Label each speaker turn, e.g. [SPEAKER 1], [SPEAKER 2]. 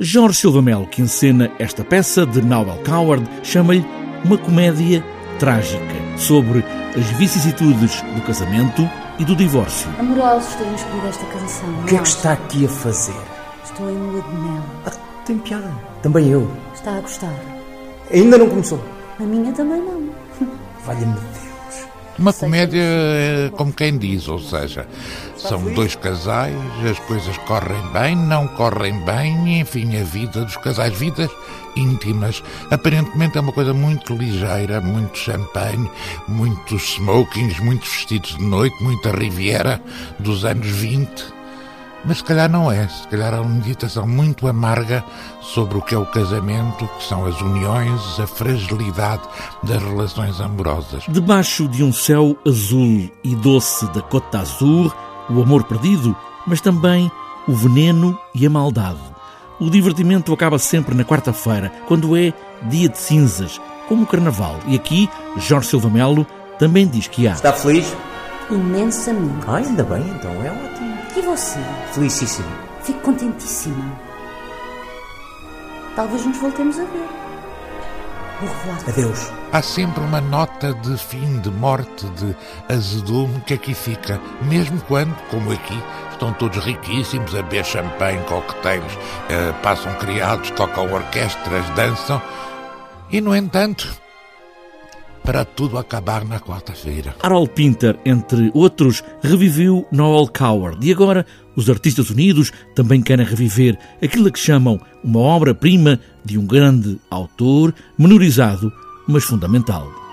[SPEAKER 1] Jorge Silva Melo, que encena esta peça de Noel Coward, chama-lhe uma comédia trágica sobre as vicissitudes do casamento e do divórcio.
[SPEAKER 2] Amorosos, tenho escolhido esta canção.
[SPEAKER 3] O que é que está aqui a fazer?
[SPEAKER 2] Estou em lua de mel.
[SPEAKER 3] Ah, tem piada. Também eu.
[SPEAKER 2] Está a gostar?
[SPEAKER 3] Ainda não começou.
[SPEAKER 2] A minha também não.
[SPEAKER 3] Valha-me Deus.
[SPEAKER 4] Uma
[SPEAKER 2] Sei
[SPEAKER 4] comédia, eh, como quem diz, ou seja, são dois casais, as coisas correm bem, não correm bem, enfim, a vida dos casais, vidas íntimas. Aparentemente é uma coisa muito ligeira, muito champanhe, muitos smokings, muitos vestidos de noite, muita Riviera dos anos 20. Mas se calhar não é, se calhar é uma meditação muito amarga sobre o que é o casamento, o que são as uniões, a fragilidade das relações amorosas.
[SPEAKER 1] Debaixo de um céu azul e doce da Côte d'Azur, o amor perdido, mas também o veneno e a maldade. O divertimento acaba sempre na quarta-feira, quando é dia de cinzas, como o carnaval. E aqui, Jorge Silva Melo também diz que há.
[SPEAKER 3] Está feliz?
[SPEAKER 2] Imensamente.
[SPEAKER 3] Ah, ainda bem, então é ótimo.
[SPEAKER 2] E você?
[SPEAKER 3] Felicíssimo.
[SPEAKER 2] Fico contentíssima. Talvez nos voltemos a ver. Vou revelar.
[SPEAKER 3] Adeus.
[SPEAKER 4] Há sempre uma nota de fim, de morte, de azedume que aqui fica, mesmo quando, como aqui, estão todos riquíssimos a beber champanhe, coquetéis, eh, passam criados, tocam orquestras, dançam. E, no entanto, para tudo acabar na quarta-feira.
[SPEAKER 1] Harold Pinter, entre outros, reviveu Noel Coward e agora os artistas unidos também querem reviver aquilo a que chamam uma obra-prima de um grande autor, menorizado, mas fundamental.